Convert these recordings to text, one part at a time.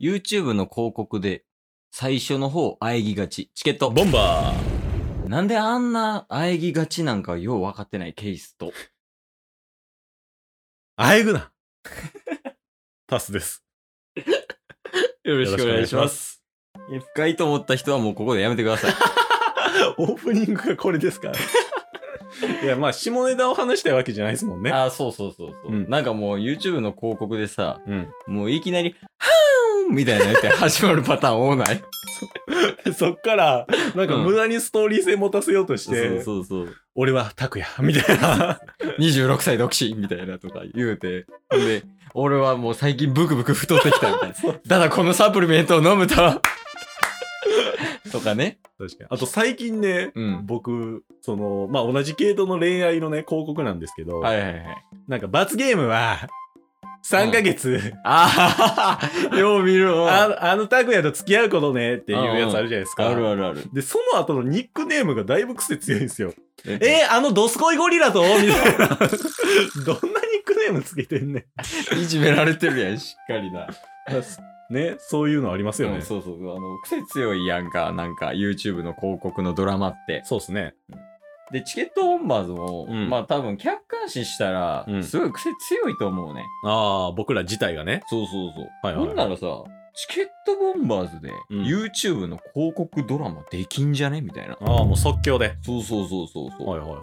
YouTube の広告で最初の方、喘ぎがち。チケット。ボンバーなんであんな喘ぎがちなんかよう分かってないケースと。あえぐなタスです。よろよろしくお願いしま。す。いや深いと思った人はもうここでやめてください。 オープニングがこれですから。いや、まあ、下ネタを話したいわけじゃないですもんね。あー、そうそうそうそう、うんなんかもう YouTube の広告でさ、うん。もういきなり、はーんみたいなやつで始まるパターン多ない。 そっから、なんかうん無駄にストーリー性持たせようとしそて、うそうそう。俺は拓也、 みた いな。 26歳独身みたいなとか言うて。で、俺はもう最近ブクブク太ってきたみ たいな。ただこのサプリメントを飲むと。とかね。確かに。あと最近ね、うん。僕、その、まあ、同じ系統の恋愛のね、広告なんですけど、はいはいはい。なんか罰ゲームは、3ヶ月、ああ、 よう見るわ。ああるのあの拓也と付き合うことねっていうやつあるじゃないですか。あるある。で、その後のニックネームがだいぶ癖強いんですよ。え、えー、あのドスコイゴリラとみたいな。 どんなニックネームつけてんねいじめられてるやん、しっかりな。ん。ね、そういうのありますよね。うんそうそうそう。あの、癖強いやんか、なんか YouTube の広告のドラマって。そうっすね。で、チケットボンバーズも、うんまあ多分客観視したらう、んすごい癖強いと思うね。ああ、僕ら自体がね。そうそうそう。はいはいはいほんならさ、チケットボンバーズでうん YouTube の広告ドラマできんじゃねみたいな。ああ、もう即興で。はいそうそうそうそうそう、はいはいはい。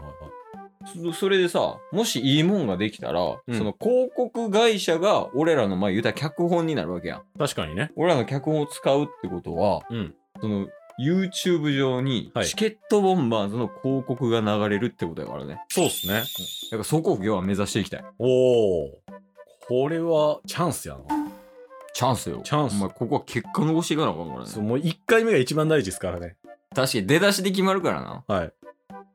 そ。それでさ、もしいいもんができたら、うんその広告会社が俺らの前言うたら脚本になるわけやん。確かにね。俺らの脚本を使うってことは、うんその YouTube 上にはいチケットボンバーズの広告が流れるってことやからね。そうっすね。だからそこを要は目指していきたい。おお。これはチャンスやな。チャンスよ。チャンスお前ここは結果残していかなあかんからね。そう、もう1回目が一番大事ですからね。確かに出だしで決まるからな。はい。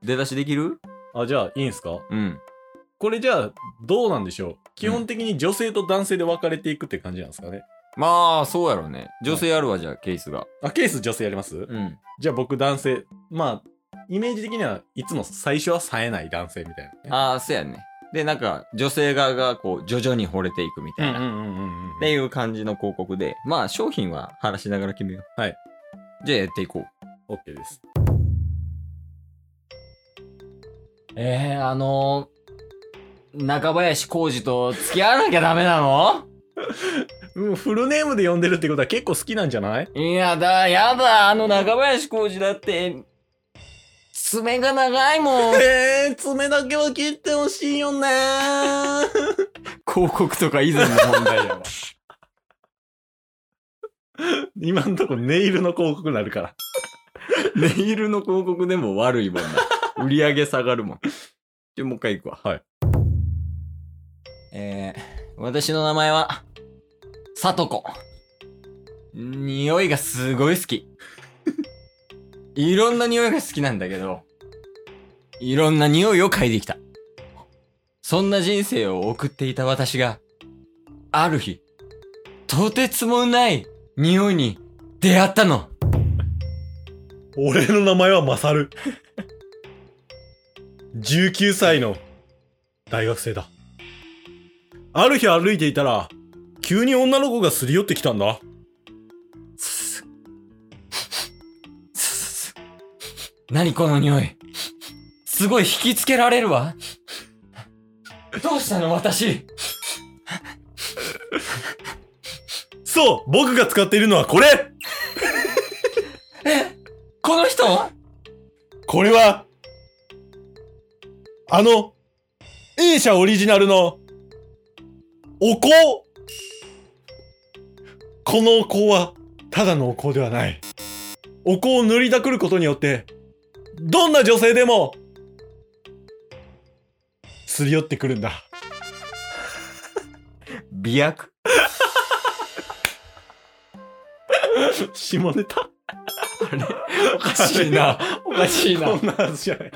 出だしできるあ、じゃあいいんすかうん。これじゃあどうなんでしょう基本的に女性と男性で分かれていくって感じなんですかね。まあ、そうやろうね。女性あるわ、じゃあ、ケースが。あ、ケース女性やります、うん。じゃあ僕男性。まあ、イメージ的にはいつも最初は冴えない男性みたいなね、ああ、そうやね。で、なんか、女性側が、こう、徐々に惚れていくみたいな。っんうんうんていう感じの広告で、まあ、商品は話しながら決めよう。はい。じゃあ、やっていこう。オッケーです。ええあの中林浩二と付き合わなきゃダメなの うん、フルネームで呼んでるってことは結構好きなんじゃないいやだ、やだ、あの中林浩二だって、爪が長いもん。えー、爪だけは切ってほしいよね ー 広告とか以前の問題やわ。 今んとこネイルの広告になるから。 ネイルの広告でも悪いもんな。売り上げ下がるもん。じゃ、もう一回行くわ。はい。えー、私の名前は、さとこ。匂いがすごい好き。いろんな匂いが好きなんだけど、いろんな匂いを嗅いできた。そんな人生を送っていた私が、ある日、とてつもない匂いに出会ったの。俺の名前はマサル。19歳の大学生だ。ある日歩いていたら、急に女の子がすり寄ってきたんだ。何この匂いすごい引きつけられるわどうしたの私そう僕が使っているのはこれこの人これは、あの、A 社オリジナルの、お香このお香は、ただのお香ではない。お香を塗りたくることによって、どんな女性でも、すり寄ってくるんだ。美薬下ネタおかしいな。おかしい な。んなはずじゃない。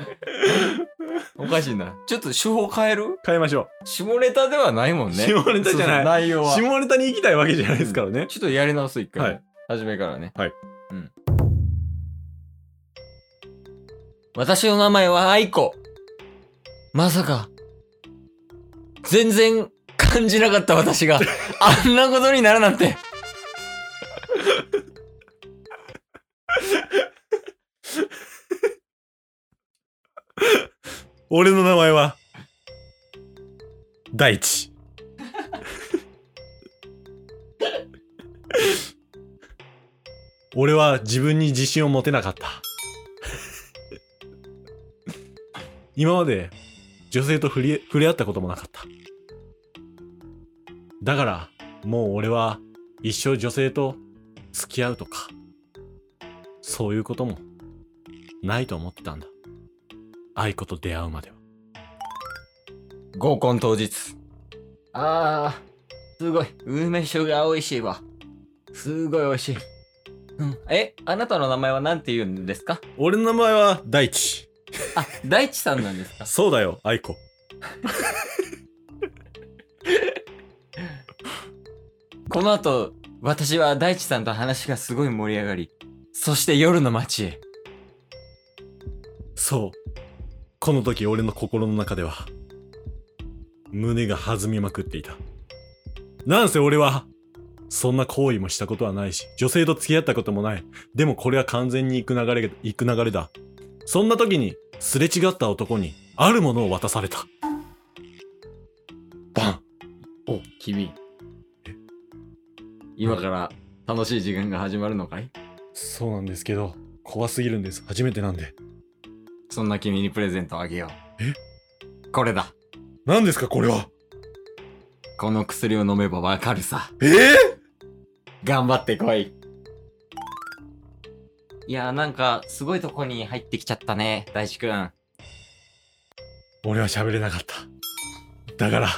おかしいな。ちょっと手法変える変えましょ下ネタではないもんね。下ネタじゃなそうそうい内う。容は。下ネタに行きたいわけじゃないですからね。ちょっとやり直す一回。はい初めからね。はい。うん。私の名前は愛子。まさか、 全然感じなかった私があんなことになるなんて。俺の名前は、大地。 俺は自分に自信を持てなかった。今まで女性と触れ触れ合ったこともなかった。だから、もう俺は一生女性と付き合うとか、そういうこともないと思ってたんだ。愛子と出会うまでは。合コン当日。あー、すごい。梅酒が美味しいわ。すごい美味しい。うん、え、あなたの名前は何て言うんですか俺の名前は大地。あ、大地さんなんですかそうだよ、愛子。この後、私は大地さんと話がすごい盛り上がり、そして夜の街へ。そう。この時俺の心の中では、胸が弾みまくっていた。なんせ俺は、そんな行為もしたことはないし、女性と付き合ったこともない。でもこれは完全に行く流れ、行く流れだ。そんな時に、すれ違った男に、あるものを渡された。バンお、君。今から楽しい時間が始まるのかいそうなんですけど、怖すぎるんです。初めてなんで。そんな君にプレゼントをあげよう。これだ。何ですか、これはこの薬を飲めばわかるさ。ええ頑張ってこい。いやーなんか、すごいとこに入ってきちゃったね、大志くん。俺は喋れなかった。だから、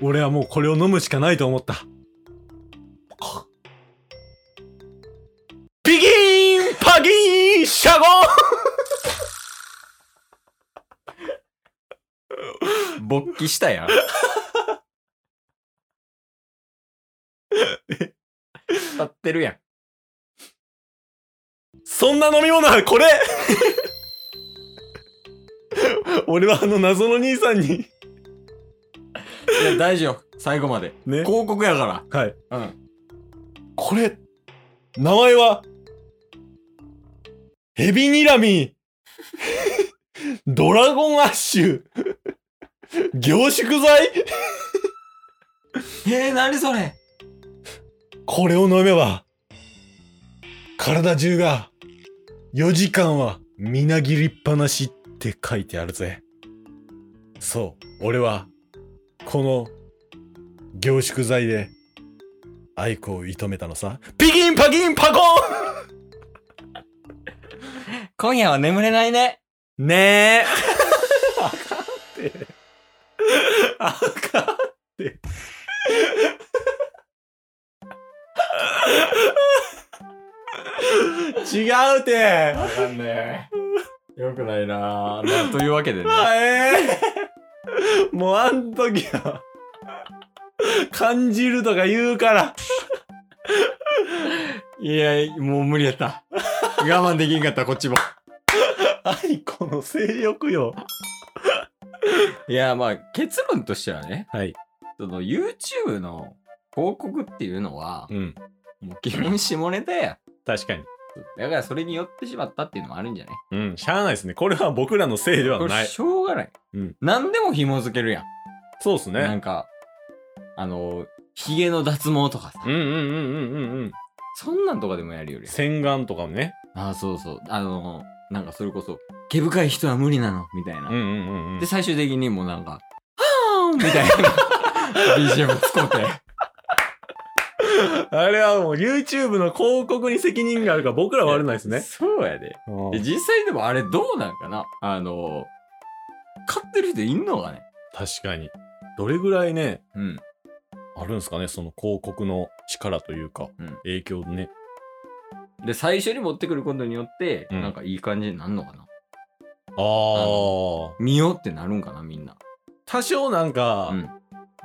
俺はもうこれを飲むしかないと思った。ビギーンパギーンシャゴ勃起した やん。立ってるやん。そんな飲み物はこれ俺はあの謎の兄さんに、いや、大丈夫。最後まで。ね。広告やかはい。ら。うん。これ、名前は、ヘビニラミ、ドラゴンアッシュ、凝縮剤えー、何それこれを飲めば、体中が、4時間は、みなぎりっぱなしって書いてあるぜ。そう、俺は、この、凝縮剤で、愛子を射止めたのさ。ピギンパギンパコ今夜は眠れないね。ンねえ。あかんって。あかんって。違うて。わかんねえ。よくないなぁ。まあというわけでね。あえー、もうあん時は感じるとか言うからいや、もう無理や った。我慢できんかった、こっちも。愛子の性欲よいや、まあ、結論としてはね、はいその YouTube の広告っていうのは、うんもう基本下ネタや。確かにだからそれによってしまったっていうのもあるんじゃないうんしゃあないですねこれは僕らのせいでこはなれいしょうがない。うん何でも紐付けるやん。そうっすなんねか、あの、ヒゲの脱毛とかさ、うんうんうんうんうんうんそんなんとかでもやるよりやん。洗顔とかもねああ、そうそう。あの、なんかそれこそ、毛深い人は無理なの、みたいな。うんうんうんうんで、最終的にもうなんか、はーんみたい な BGM 使って。 あれはもう YouTube の広告に責任があるから僕らは悪ないですねそうやで。うんで実際でもあれどうなんかなあの、買ってる人いんのかね確かにどれぐらいねうん。あるんですかねその広告の力というか、うん影響ねで、最初に持ってくることによって、うんなんかいい感じになるのかなああ見ようってなるんかなみんな。多少なんか、うん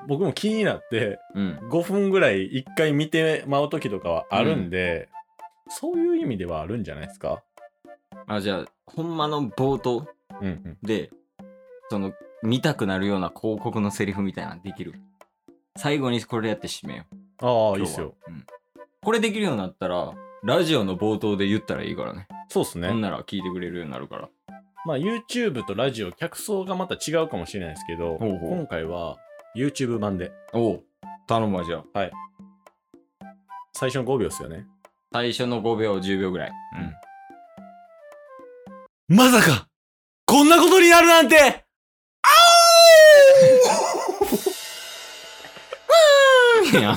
僕も気になってうん。 5分ぐらい1回見てまう時とかはあるんで、そういう意味ではあるんじゃないですかあ、じゃあ、ほんまの冒頭うんうんで、その、見たくなるような広告のセリフみたいなのできる。最後にこれやって締めよう。ああい今いっ日すはよ。うん。これできるようになったら、ラジオの冒頭で言ったらいいからね。そうっすねほんまなら聞いてくれるようになるから。まあ YouTube とラジオ、客層がまた違うかもしれないですけど、ほうほう今回は YouTube 版で、おう頼むわ、じゃあ。最初の5秒ですよね。最初の5秒、10秒ぐらい。まさかこんなことになるなんてうん。いや、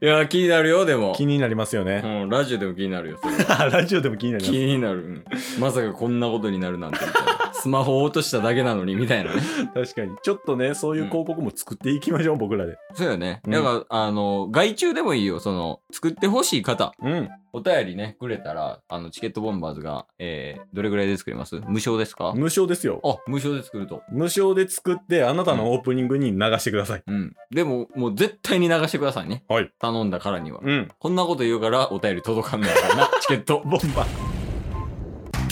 いや気になるよ、でも。気になりますようね。ん、ラジオでも気になるよ、それ ラジオでも気になり 気まになる、うんまさかこんなことになるなんてみたいな。スマホを落としただけなのに、みたいなね。す。確かに。ちょっとね、そういう広告も作っていきましょう、僕らで。 そうよね。うんだから、あの、外注でもいいよ。その、作ってほしい方、うん。お便りね、くれたら、あの、チケットボンバーズが、えー、どれぐらいで作れます無償ですか無償ですよ。あ、無償で作ると。無償で作って、あなたのオープニングに流してください。うん。でも、もう絶対に流してくださいね。はい。頼んだからには。うん。こんなこと言うから、お便り届かんない からな、チケット。ボンバー。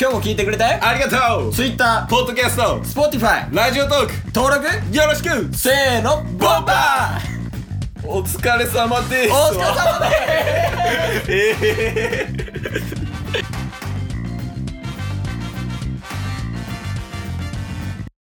今日も聞いてくれてありがとう Twitter、ポッドキャスト Spotify、ラジオトーク登録よろしくせーの、ボンバーお疲れ様ですお疲れ様ですええ